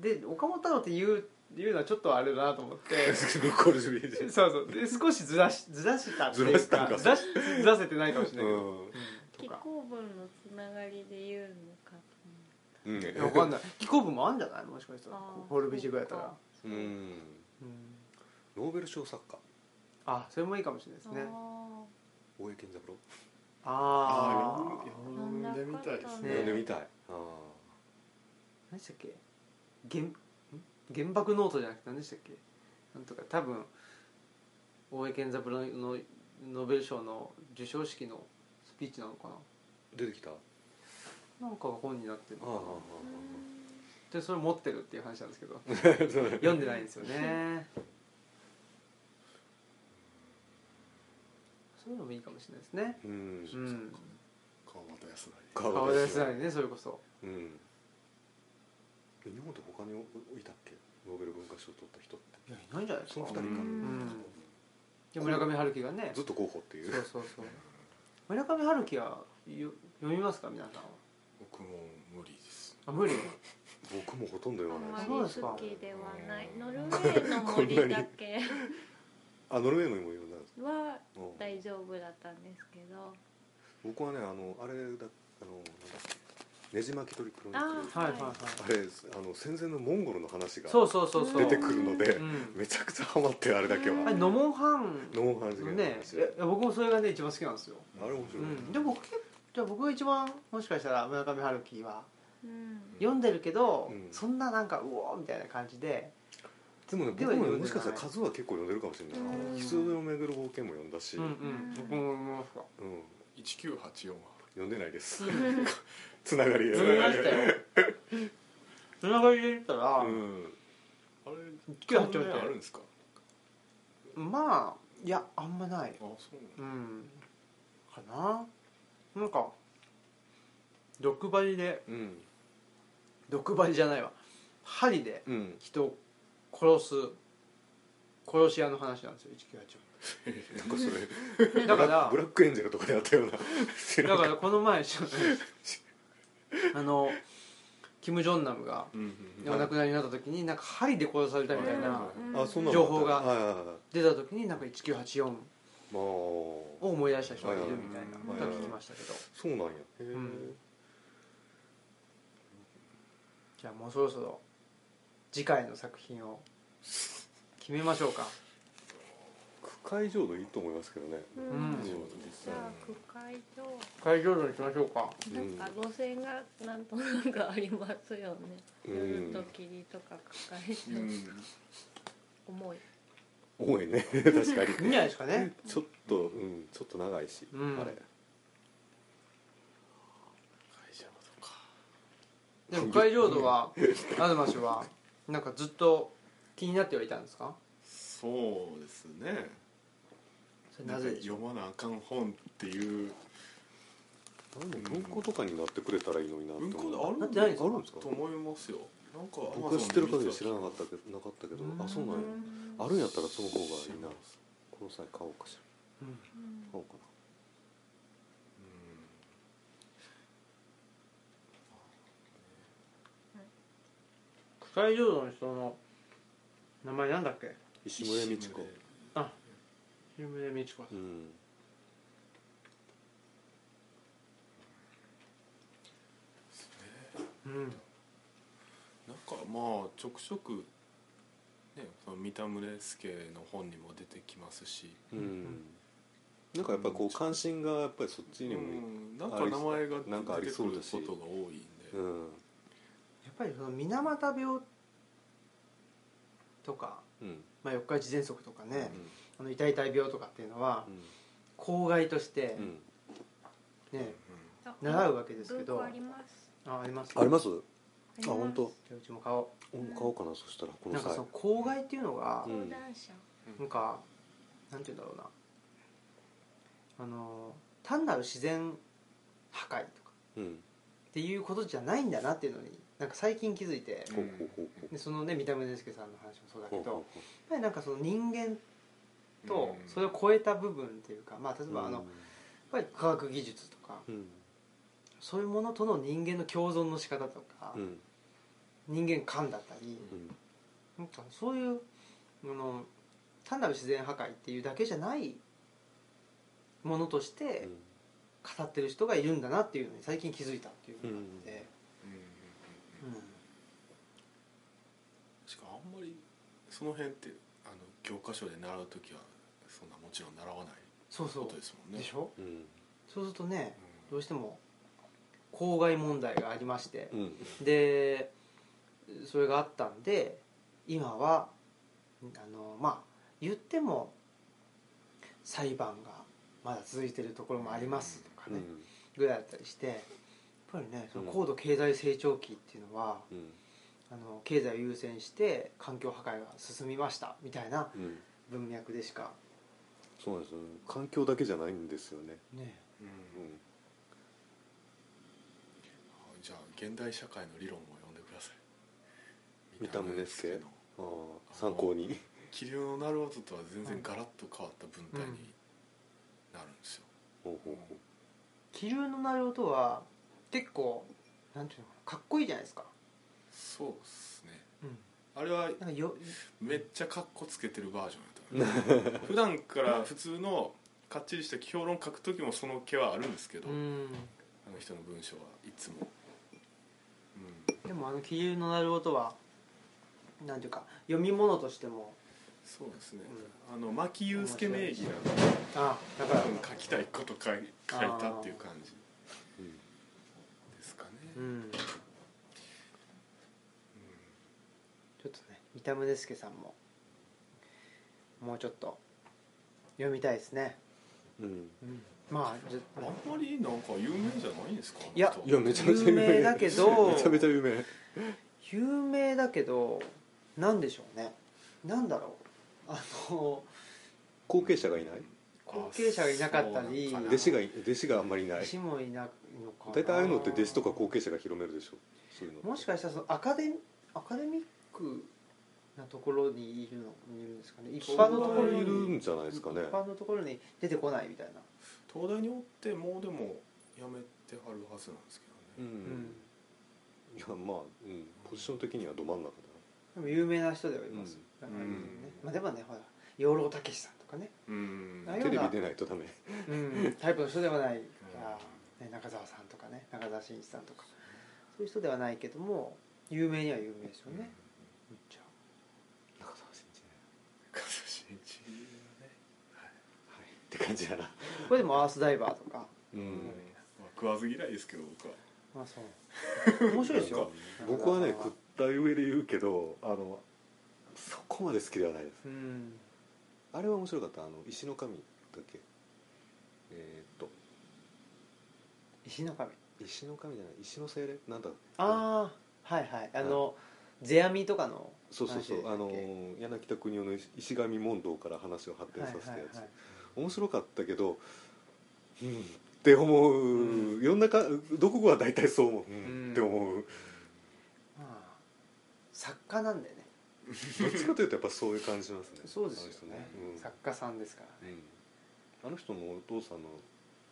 で岡本太郎って言う言うのはちょっとあれ だなと思って
これでいいです
そうそうで少しずらしずらしたっていう
ずらしたんか
ずらしずらせてないかもしれ
う
ないけど、
ん
と
気
か
候文のつながりで言うのか
うん
いやわかんない気候文もあるんじゃないもしかしたら
あー
ホルビジェグやったら
そううか
ん
うん
ノーベル賞作家
あそれもいいかもしれないです
あ
ね
ー
大江健三郎
ああ
ー読んでみたいです
ね
ね
読んでみたいあ
何でしたっけ原ん原爆ノートじゃなくて何でしたっけなんとか多分大江健三郎のノーベル賞の授賞式のスピーチなのか
ー出てきたあ
ななんかが本になってるの
あ
か
ああ
なでそれ持ってるっていう話なんです けど
ああ
読んでないんですよねそういうのもいいかもしれないですね
うん
うん
川端康成
川
川
端
田
康
康
成
成ねそれこそ
うん日本って他においたっけノーベル文化賞を取った人っ
い
て
やいないんじゃないです
そ
か
の二人か
うんで村上春樹がね
ずっと候補ってい
そうそ
う
うそう村上春樹はよ読みますか皆さんは
僕も無理です
あ無理
僕もほとんど読ま
あ
ない
ん
です
ま
そうで
り
すか
好きではないノルウェーの森だけ
あノルウェーのも読んだんです
は
うん
大丈夫だったんですけど
僕はねあのあれだあのなんだっけねじ巻き鳥クロニクル
あ
はいはいはい
あれあの戦前のモンゴルの話が
そうそうそうそう
出てくるので
うん
めちゃくちゃハマってるあれだけは
あれノモンハン
ノンハン事
の
件の
ね
話
えいや僕もそれがね一番好きなんですよ、
あれ面
う
白い
ん、でも結じゃあ僕が一番もしかしたら村上春樹は
うん
読んでるけど、
うん
そんななんかうおーみたいな感じで
でもね
では
僕も
読んでな
ね
い
もしかしたら数は結構読んでるかもしれないな「
うん
必要を巡る冒険」も読んだし、
う
うん
うんん僕も思いますわ
1984は
読んでないです
うん
つながりで
読みま したよつながりで言ったら
う、ん
あれ
1984って
関連あるんですか
まあいやあんまない
あそうなの
うんかななんか毒針で
うん
毒針じゃないわ針で
うん
人を殺す殺し屋の話なんですよ
なんかそれ
1984だか
ブ
ら
ラックエンジェルとかであったような
だからこの 前ちょっとねあのキム・ジョンナムが
うん
お亡くなりになった時になんか針で殺されたみたいな
うん
あそんなの
情報が
はいはいはい
出た時になんか1984を
まあ
思い出した人がいるみたいなことは聞きましたけど
そうなんやへえ
うんじゃあもうそろそろ次回の作品を決めましょうか
区会浄土いいと思いますけどね
うん
じゃあ区会場
会場にしましょうか
なんか路線がなんとなくありますよね。夜と霧とか抱えて重い。
多い ね確
い
か
いん
に
じゃないですかね
ちょっとうんちょっと長いし
うん
あれ
でも会場度 は東氏はなんかずっと気になってはいたんですか
そうですね
それ
な
な
ぜ
ぜでしょ
読まなあかん本っていう
なんで文庫とかになってくれたらいいのになって
文庫で
思う
あ
な
る
ってないんですか
あるんですか
と思いますよなんか
僕は知ってる限り知らなかったけどなかったけど
うん
あそうなんやあるんやったらその方がいいなこの際買おうかし
う、う
ら
ん
うん
買おうか
会場度の人の名前なんだっけ
な石村美智子
有名美智子さ
うんん
うん
なんかまあちょくちょくねその三田村助の本にも出てきますし
うんなんかやっぱりこう関心がやっぱりそっち
う
にも
んなんか名前が
なんかあり
出てく
そ
る
うだし
ことが多いんで
うん
やっぱりその水俣病とか、
うん
まあ、四日市喘息とかね、
うん
あの痛い痛い病とかっていうのは
うん
公害として
うん
ね、
あ
習うわけですけ
文
ど
庫あります。
ああります
あります
あり
あ
ます
本当。
じゃあうちも買おう
うん買おうかなそしたらこの
なんか
際
その公害っていうのが、
うん
講談社。
なんかなんて言うんだろうなあの単なる自然破壊とか
うん
っていうことじゃないんだなっていうのになんか最近気づいて
ほうほうほうほう
でそのね三田宗介さんの話もそうだけ
ほう
どやっ
ほう
ぱりなんかその人間と
うん
それを超えた部分っていうか、まあ、例え
ほう
ばあの、やっぱり科学技術とか
うん
そういうものとの人間の共存の仕方とか、
うん
人間観だったり、
うん
なんかそういうあの単なる自然破壊っていうだけじゃないものとして語ってる人がいるんだなっていうのに最近気づいたっていう
う
のがあっ
ん
て、
うんうんうん
うん
しかもあんまりその辺ってあの教科書で習う時はそんなもちろん習わない
そうそ
ことで
う
すもんね
でしょ
うん
そうするとね
う
どうしても公害問題がありまして
う、ん
でそれがあったんで今はあのまあ言っても裁判がまだ続いてるところもありますとか
う
ね、
ん
ぐらいだったりしてやっぱりねその高度経済成長期っていうのは、
うん
あの経済を優先して環境破壊が進みましたみたいな
うん
文脈でしか
そうなんですよね環境だけじゃないんですよね
ね
んうん
うん
じゃあ現代社会の理論も読んでください
三田宗助
の
ああ参考に
気流のなる音とは全然ガラッと変わった文体になるんですよ、
ほうほうほう
気流の鳴る音は結構なんていうのかなかっこいいじゃないですか、
そうですねあれは
なんかよ
めっちゃカッコつけてるバージョンやと 思います普段から普通のかっちりした評論書く時もその気はあるんですけど、
うん
あの人の文章はいつも、うん、
でもあの気流の鳴る音はなんていうか読み物としても
そうですね、あの牧雄介名義なんで
あだか
多
ら
分書きたいこと書い書いたっていう感じ
うん
ですかね、
うん田宗介さんももうちょっと読みたいですね、
うん、
まあじゃ
あんまりなんか有名じゃないんですか
いや
あの人
いやめちゃめちゃ有名
有名だけど
めちゃめちゃ有名
有名だけどなんでしょうねなんだろうあの
後継者がいない
後継者がいなかったり
そうなのかな
弟子がい弟子があんまりいない
弟子もいないのかな
大体ああいうのって弟子とか後継者が広めるでしょそういうの
もしかしたらそのアカデミアカデミックなところにいるのいるんですかね一般のところ
い
に
るんじゃないですかね
一般のところに出てこないみたいな
東大におってもうでも辞めてはるはずなんですけ
う
どね、
んいやまあ、うん、ポジション的にはど真ん中だ
でも有名な人ではいます、
ん
なんかね
うん
まあ、でもねほら養老孟司さんとかね、
うん
な
な
よ
テレビ出ないとダメ
うん、タイプの人ではないから、ね、中澤さんとかね中澤慎一さんとかそういう人ではないけども有名には有名ですよね、むっちゃ
中澤先生
風信一ね
はいって感じだな
これでもアースダイバーとか
う
うん
ん
まあ、食わず嫌いですけど僕は
まあそう面白いですよ
僕はね食った上で言うけどあのそこまで好きではないです
うん
あれは面白かったあの石の神だっけえー、っと
石の神
石の神じゃない石の精霊なんだ
ああはいはいあの、世阿弥とかの
そうそうそ
話でし
う
たっけ
あの柳田国夫の石石神問答から話を発展
はい
さ
はい
せたやつ、
はい
面白かったけどうんって思う、
う
世の中どこは大体そう思う、うん
うん
って思う
まあ作家なんだよね
どっちかというとやっぱそういう感じしますね
そうですよね
あの人うん
作家さんですからね
うんあの人のお父さんの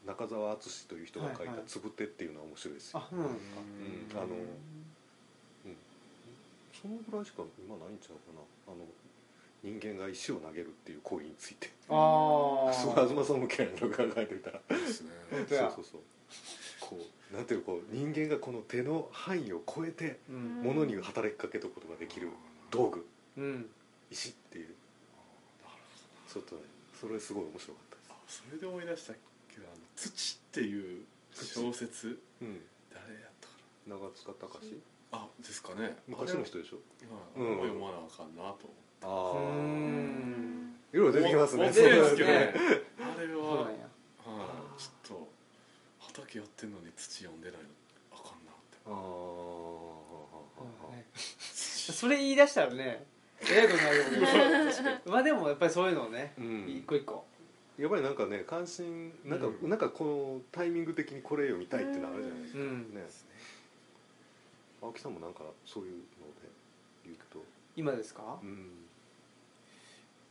中澤敦という人が書い
はい
た
はい
「つぶて」っていうのは面白いですよ、
あそうなんですか
うんあのそのぐらいしか今ないんちゃうかなあの人間が石を投げるっていう行為について
あ あ
すごい東さん向けなの考えてみたら
ですね
本当
そう
や
そうそうこうなんていうのこう人間がこの手の範囲を超えて
うん
物に働きかけることができる道具
うん
石っていうちょっとねそれすごい面白かった
あそれで思い出したけどあの土っていう小説
です、
誰やったか
うん、長塚隆
なあですかね
昔の人でしょ
まあ、
うん
読まなあかんなと
あ
う
あ
ん
いろいろ出てきます
お
ね
おそうですけど
ね
ねあれ
そう
は
なんや
はいちょっと畑やってんのに土読んでないのあかんなって
あー
そうね それ言い出したらねえらいことになる けどまあでもやっぱりそういうのをね
うん
一個一個
やっぱりなんかね関心なんか、
うん
なんかこのタイミング的にこれ読みたいっていうのあるじゃないです
う
か、
ん
ね青木さんもなんかそういうので言うと
今ですか
うん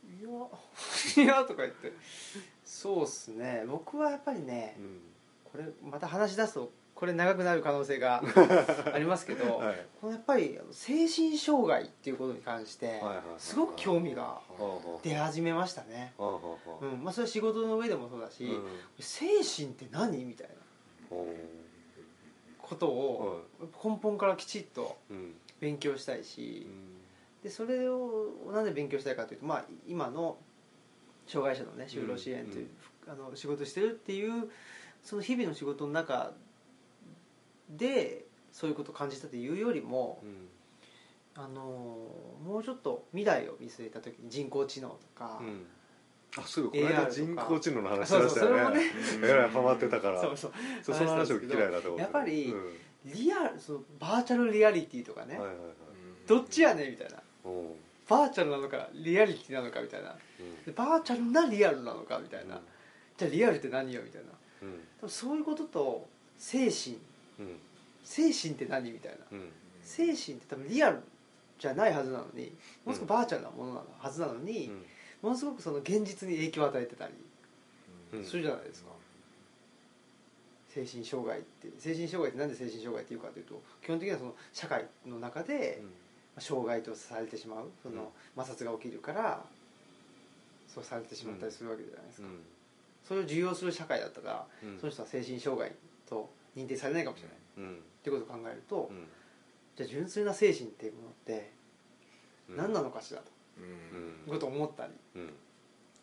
いや いやとか言ってそうっすね僕はやっぱりねこれまた話し出すとこれ長くなる可能性 がありますけど、
はい
このやっぱりあの精神障害っていうことに関して
はいはいはい
すごく興味が出始めましたね、
はあはあ
う
は
んまあ、それは仕事の上でもそうだ
あ
し、
うん
精神って何みたいな
おー
ことを根本からきちっと
うん
勉強したいうし、
ん
でそれをなんで勉強したいかというと、まあ、今の障害者のね就労支援という、あの仕事してるっていうその日々の仕事の中でそういうことを感じたというよりも
う、ん
あのもうちょっと未来を見据えた時に人工知能とか、
うんあそういえばこの間
AR
人
とか
工知能の話し
そう
ま
そ
し
う
た
それ
よ
も
ね
ね
えらいハマってたから
そうそう
そうその話を聞きたいなと思って
やっぱり
うん
リアルそのバーチャルリアリティとかね、
はいはいはい
どっちやねんみたいな
おー
バーチャルなのかリアリティなのかみたいな
うん
でバーチャルなリアルなのかみたいな、じゃあリアルって何よみたいな
うん
多分そういうことと精神
うん
精神って何みたいな
うん
精神って多分リアルじゃないはずなのにものすごくバーチャルなものなのはずなのに、ものすごくその現実に影響を与えてたり
うん
するじゃないですか、精神障害って精神障害ってなんで精神障害っていうかというと基本的にはその社会の中で
うん
まあ障害とされてしまうその摩擦が起きるからそうされてしまったりするわけじゃないですか、それを受容する社会だったら
うん
その人は精神障害と認定されないかもしれない、
うん
っていうことを考えると、
うん
じゃあ純粋な精神っていうものって
うん
何なのかしらと
うん
うん
いうことを思ったり
うん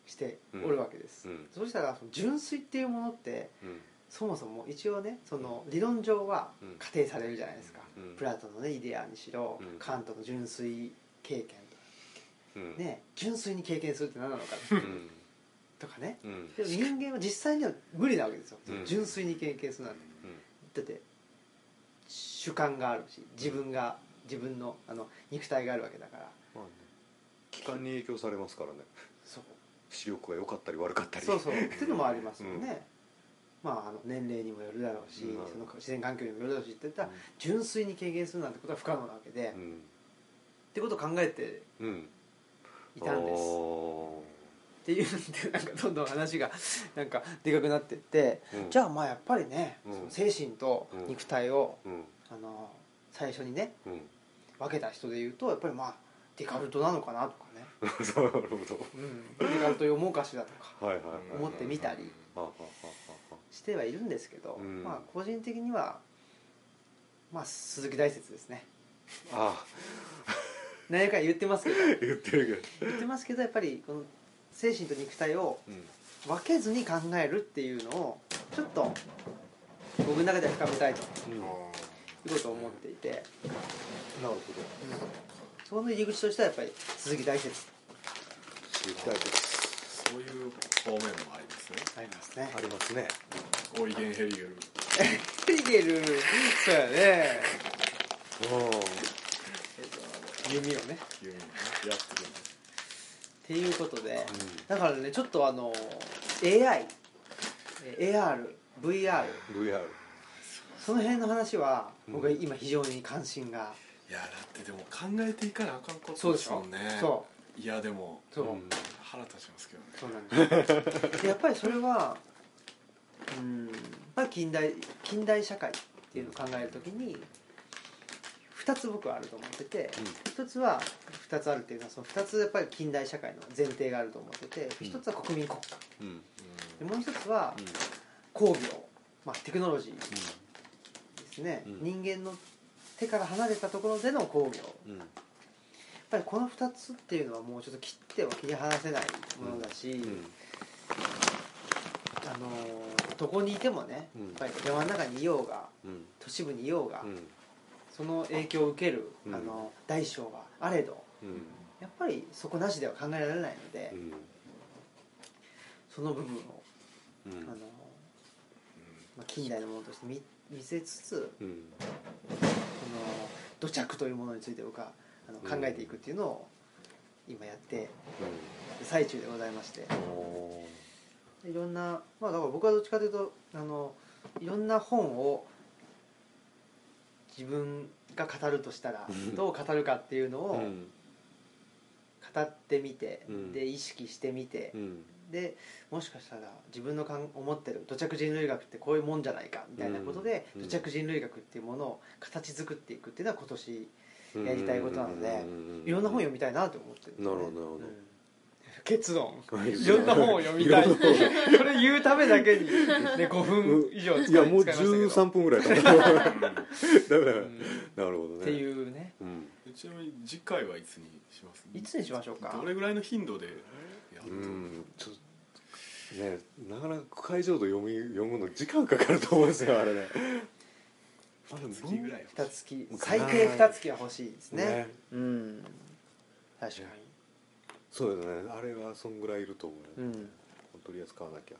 しておるわけです、
うん
そうしたらその純粋っていうものって
うん
そもそも一応ねその理論上は
うん
仮定されるじゃないですか、
うん
プラトンのねイデアにしろ、
うん
カントの純粋経験
うん
ね、純粋に経験するって何なのか
うん
とかね
うんうん
でも人間は実際には無理なわけですよ、
うん
純粋に経験するなんてだって主観があるし自分が自分のあの肉体があるわけだから
まあね期間に影響されますからね
そう
視力が良かったり悪かったり
そうそうっていうのもありますよね、まああの年齢にもよるだろうし、
うん
その自然環境にもよるだろうしって言ったら、
うん
純粋に経験するなんてことは不可能なわけで、っ
うん
てことを考えて
うん
いたんです
お
っていうんでなんかどんどん話がなんかでかくなってって、
ーうん
じゃあまあやっぱりね、
うん
その精神と肉体を、
うん
あの最初にね
うん
分けた人で言うとやっぱりまあデカルトなのかなとかね、
そうなるほど
うん、デカルト読もうかしらとか
はいはいはい
思ってみたり
はははは
してはいるんですけど、
うん
まあ個人的にはまあ鈴木大説ですね
あ
何回か言ってますけど
言ってる
言ってますけどやっぱりこの精神と肉体を
けどうん
分けずに考えるっていうのをちょっと僕の中では深めたいと
うんなる
いうことを思っていて
ほど
その入り口としてはやっぱり鈴木大説
行きたいです
そういう方面もありますね
ありますね
ありますね
オリゲン・ヘリゲル
ヘリゲルそうやね
う
弓をね
弓ねやってるんで
っていうことで、
ん
だからねちょっとあの AI え AR VR
VR
その辺の話は僕は今非常に関心が、
いやだってでも考えていかなあかんこ
そ
と
う
で
ですしょ
もんね
そう
やでも
そう、
うん
腹立ちますけどね
そうなんですでやっぱりそれはうんやっぱり近代近代社会っていうのを考えるときに2つ僕はあると思ってて、一1つは2つあるっていうのはその2つやっぱり近代社会の前提があると思ってて
うん
1つは国民国家
うんうん
でもう1つは
うん
工業、まあ、テクノロジーですね、
うん
人間の手から離れたところでの工業やっ
うんうん
ぱりこの2つっていうのはもうちょっと切っては切り離せないものだし、あのーどこにいてもね、
うん
やっぱり山の中にいようが
うん
都市部にいようが、
うん
その影響を受ける、
うん
あの大小があれど
うん
やっぱりそこなしでは考えられないので、
うん
その部分を、
う
あのー
ん
まあ、近代のものとして見見せつつ
う
そ
ん
の土着というものについて僕はあの考えていくっていうのを今やってる最中でございまして。
うんおー
いろんなまあだから僕はどっちかというとあのいろんな本を自分が語るとしたら
うん
どう語るかっていうの
う
を
ん
語ってみて、
うん
で意識してみて
う、ん
でもしかしたら自分のかん思ってる土着人類学ってこういうもんじゃないかみたいなことで、
うん
土着人類学っていうものを形作っていくっていうのは今年やりたいことなので
うん
いろんな本読みたいなと思ってるんですよね、
なるほどなるほど
うん結論
いいです
い
ね
ろんな本を読みたい
いろんな本
それ言うためだけに、ね、5分以 上使い
いやもう
使いましたけど
13分ぐらいだ ダメだダメなるほどね
っていうね
うん
うんちなみに次回はいつにします
いつにしましょうか
どれぐらいの頻度でやる
う
と
んちょっとねなかなか解像度読み読むの時間かかると思うんですよあれねあれ
次ぐらい
二月最低二月は欲しいですね
ね
うん確か
そうだねあれはそんぐらいいると思う
に、う
ね、
ん、
取り扱わなきゃ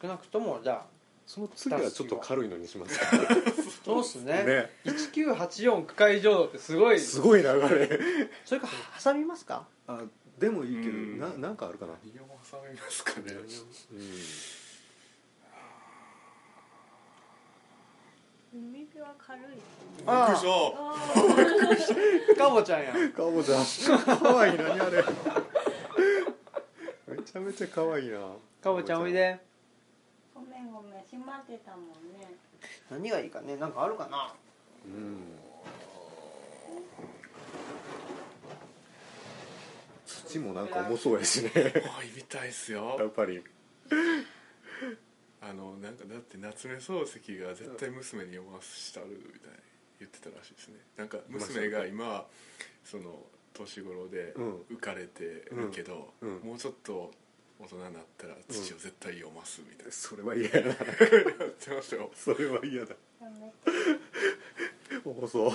少なくともじゃあ
その次はちょっと軽いのにしますか
そうっすね
らね
1984区会上ってすごい
すごい流れ
それか挟みますか
あでもいいけど
うん
ななんかあるかな
何を挟みますかね
う
海辺は軽い
びっくりし
あ
あ
た
あかぼちゃんや
んかぼちゃんかわいい何あれめちゃめちゃかわいいな
かぼちゃんおいで
ごめんごめん閉まってたもんね
何がいいかねなんかあるかな
うん土もなんか重そうやしね
おいみたいっす
やっ
よ
ぱり
あのなんかだって夏目漱石が絶対娘に読ませたるみたいに言ってたらしいですねなんか娘が今はその年頃で
うん
浮かれてるけど、
うんうん
もうちょっと大人になったら土を絶対読ますみたいな、
それは嫌やな
言ってましたよ
それは嫌だ
やめて
重そう
はい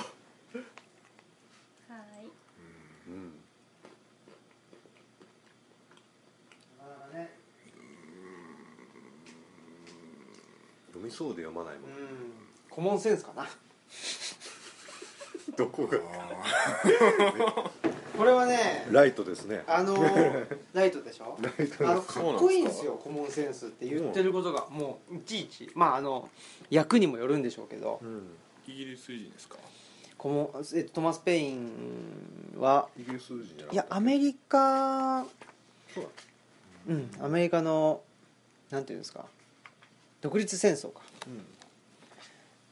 うんみそうで読まないもん、
コモンセンスかな
どこが
これはね
ライトですね
あ のーライトでしょ
ライト
あのかっこいいんですよコモンセンスって言ってることがもういちいちまああの役にもよるんでしょうけど
うん
イギリス人ですか
コモン、えっと、トマス・ペインは
イギリス人じゃない
やアメリカ
そうだ
うんアメリカのなんていうんですか独立戦争か
うん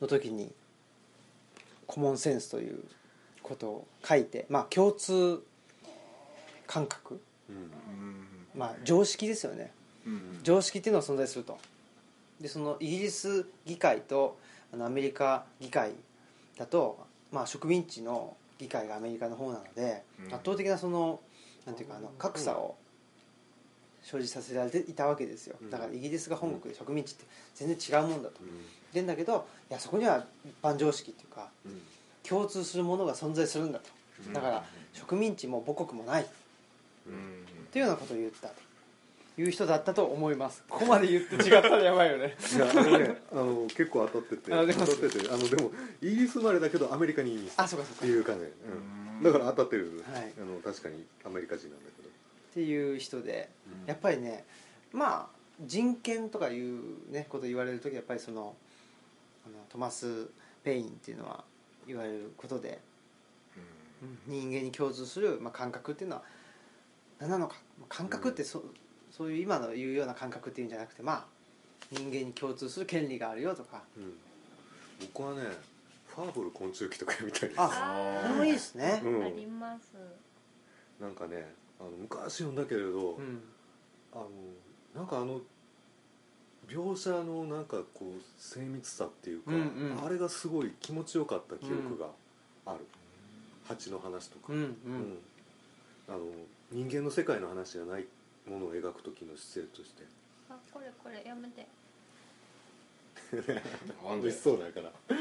の時にコモンセンスということを書いてまあ共通感覚
うん
うん
まあ常識ですよね
うん
常識っていうのは存在するとでそのイギリス議会とあのアメリカ議会だと、まあ、植民地の議会がアメリカの方なので、
うん
圧倒的なそのなんていうかあの格差を生じさせられていたわけですよ
うん
だからイギリスが本国で植民地って全然違うもんだと
うん
でんだけどいやそこには一般常識っていうか
うん
共通するものが存在するんだとだから植民地も母国もない
うん
っていうようなことを言ったという人だったと思います ここまで言って違ったらやばいよね
いやあのねあの結構当たってて
あでも
当たっててあのでもイギリス生まれだけどアメリカにいる
あそうか
っ
そ
て
うか
いう感じ、
う
うんん、だから当たってる、
はい
あの確かにアメリカ人なんだけど
っていう人で
うん
やっぱりねまあ人権とかいうねこと言われる時やっぱりそのあのトマス・ペインっていうのは言われることで人間に共通する、まあ、感覚っていうのは何なのかまあ感覚ってそ,、うそういう今の言うような感覚っていうんじゃなくてまあ人間に共通する権利があるよとか
うん、僕はねファーブル昆虫記とかみたいです
あ
あ
こ
ー
れもいいですね
う、ん
あります
なんかねあの昔読んだけれど、
うん
あのなんかあの描写のなんかこう精密さっていうか、
うんうん
あれがすごい気持ちよかった記憶がある、蜂の話と
う
か、
んうん
うんあの人間の世界の話じゃないものを描く時の姿勢として
あこれこれやめて
なん
美
で
味しそうだから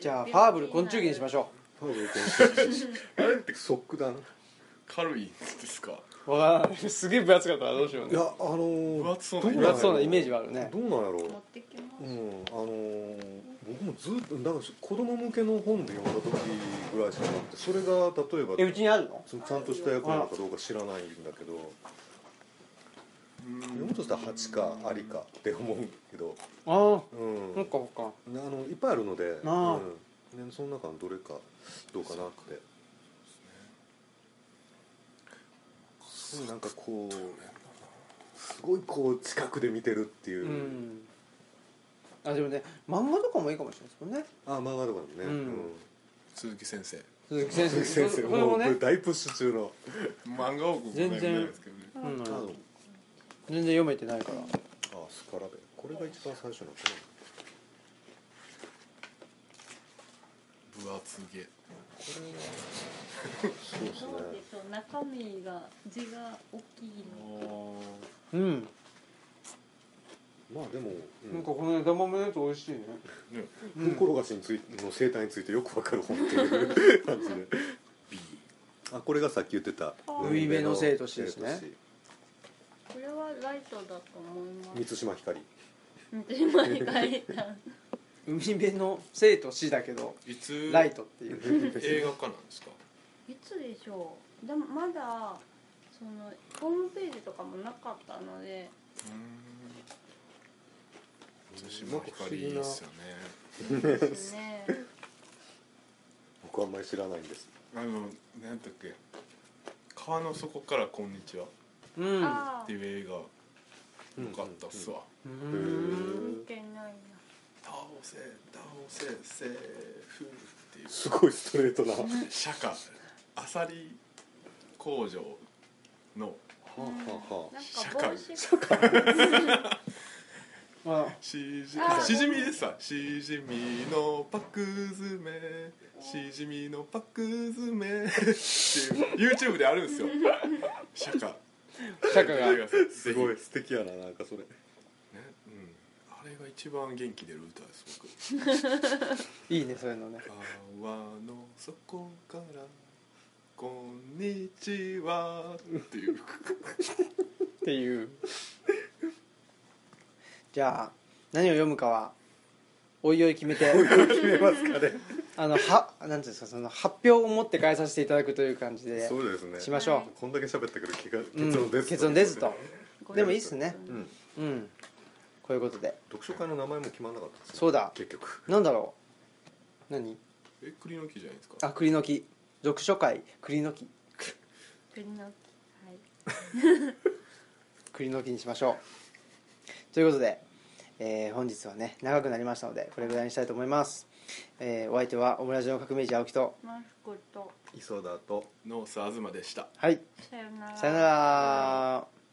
じゃあファーブル昆虫記にしまし
ょ
ょ
ファーブル昆虫記あれってショックだな
軽いんですか
うわからないすげえ分厚かったらどうしよう
いやあのー
分厚そうな
どん
分厚そうなイメージはあるね
どうなんやろう
持ってきます
うんあのー僕もずっとだから子供向けの本で読んだ時ぐらいしかなくてそれが例えば
えうちにあるの
そのちゃんとした役なのかどうか知らないんだけど読むとしたら蜂かアリかって思うけど、
あ
うん、
あなんかほか
あのいっぱいあるので、う
あ
ん、でその中のどれかどうかなってすごいなんかこうすごいこう近くで見てるっていうう、
んあでもね漫画とかもいいかもしれないですもんね
あ漫画とかでもね、
うん
鈴木先生
鈴木先生
先生
これも
もうこ
ね
れ大プッシュ中の
漫画王国
全然
みたいですけどね
うん
あの
全然読めてないから
あスカラベこれが一番最初なのかな
分厚げ
そうですね
どうでしょう中身が字が大きいの
うん
まあでも、うん
この枝豆のやつ美味しいね
ね
うん
フンコロガシについの生態についてよくわかる本っていう感じで
B
あこれがさっき言ってた
海辺の生と死ですね
生と死
これはライトだと思います
満島ひかり
手前がいた
海辺の生と死だけど
いつ
ライトっていう
映画化なんですか
いつでしょうでもまだそのホームページとかもなかったので
私も光いいですよね
ですね
僕はあんまり知らないんです
あのなんだっけ川の底からこんにちは
うん
あ
っ
あ
ていう映画良かったっすわ
う
うん
見てない
倒せ倒せセーフっていう
すごいストレートなは
釈迦アサリ工場の
あはあは
な
あ
なんか帽子
あ
しじ
あ
あしじみですわしじみのパック詰めしじみのパック詰めっていう YouTube であるんですよ釈迦
釈迦が
見てくださ
すごい素敵やななんかそれ
ねうんあれが一番元気出る歌です僕
いいねそういうのね
川の底からこんにちはってい
っ
う
ていうじゃあ何を読むかはおいおい決めて
決めますかね
あのはなんていうんですかその発表を持って返させていただくという感じで
そうですね
しましょう
こんだけ喋ったけど結果
うん
結論です、
結論ですと
ご
でもいいっすね
うん
うんこういうことで
読書会の名前も決まらなかったですね
そうだ
結局
なんだろう何
え栗の木じゃないですか
あ栗の木読書会栗の木
栗の木はい
栗の木にしましょうということで、えー本日はね長くなりましたのでこれぐらいにしたいと思います、えーお相手はオムラジオ革命児青木と
マスクと
磯田と
ノース東でした
はい
さよなら
さよなら